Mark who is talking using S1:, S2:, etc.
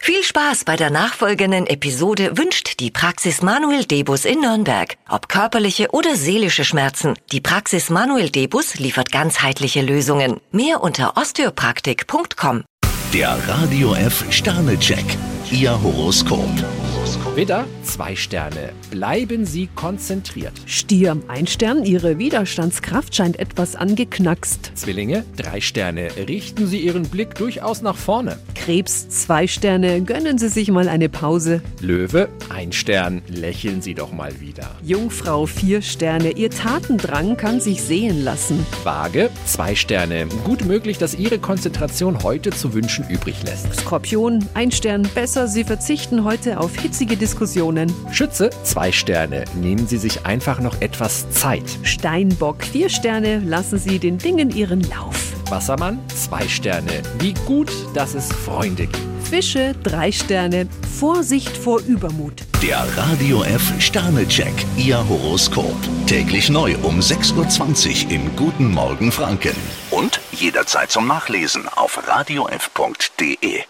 S1: Viel Spaß bei der nachfolgenden Episode wünscht die Praxis Manuel Debus in Nürnberg. Ob körperliche oder seelische Schmerzen, die Praxis Manuel Debus liefert ganzheitliche Lösungen. Mehr unter osteopraktik.com.
S2: Der Radio F Sternecheck, Ihr Horoskop.
S3: Widder, zwei Sterne. Bleiben Sie konzentriert.
S4: Stier, ein Stern, Ihre Widerstandskraft scheint etwas angeknackst.
S3: Zwillinge, drei Sterne. Richten Sie Ihren Blick durchaus nach vorne.
S4: Krebs, zwei Sterne, gönnen Sie sich mal eine Pause.
S3: Löwe, ein Stern. Lächeln Sie doch mal wieder.
S4: Jungfrau, vier Sterne, Ihr Tatendrang kann sich sehen lassen.
S3: Waage, zwei Sterne. Gut möglich, dass Ihre Konzentration heute zu wünschen übrig lässt.
S4: Skorpion, ein Stern, besser, Sie verzichten heute auf hitzige Diskussionen.
S3: Schütze, zwei Sterne. Nehmen Sie sich einfach noch etwas Zeit.
S4: Steinbock, vier Sterne, lassen Sie den Dingen ihren Lauf.
S3: Wassermann, zwei Sterne. Wie gut, dass es Freunde gibt.
S4: Fische, drei Sterne, Vorsicht vor Übermut.
S2: Der Radio F Sternecheck, Ihr Horoskop. Täglich neu um 6.20 Uhr im Guten Morgen Franken. Und jederzeit zum Nachlesen auf radiof.de.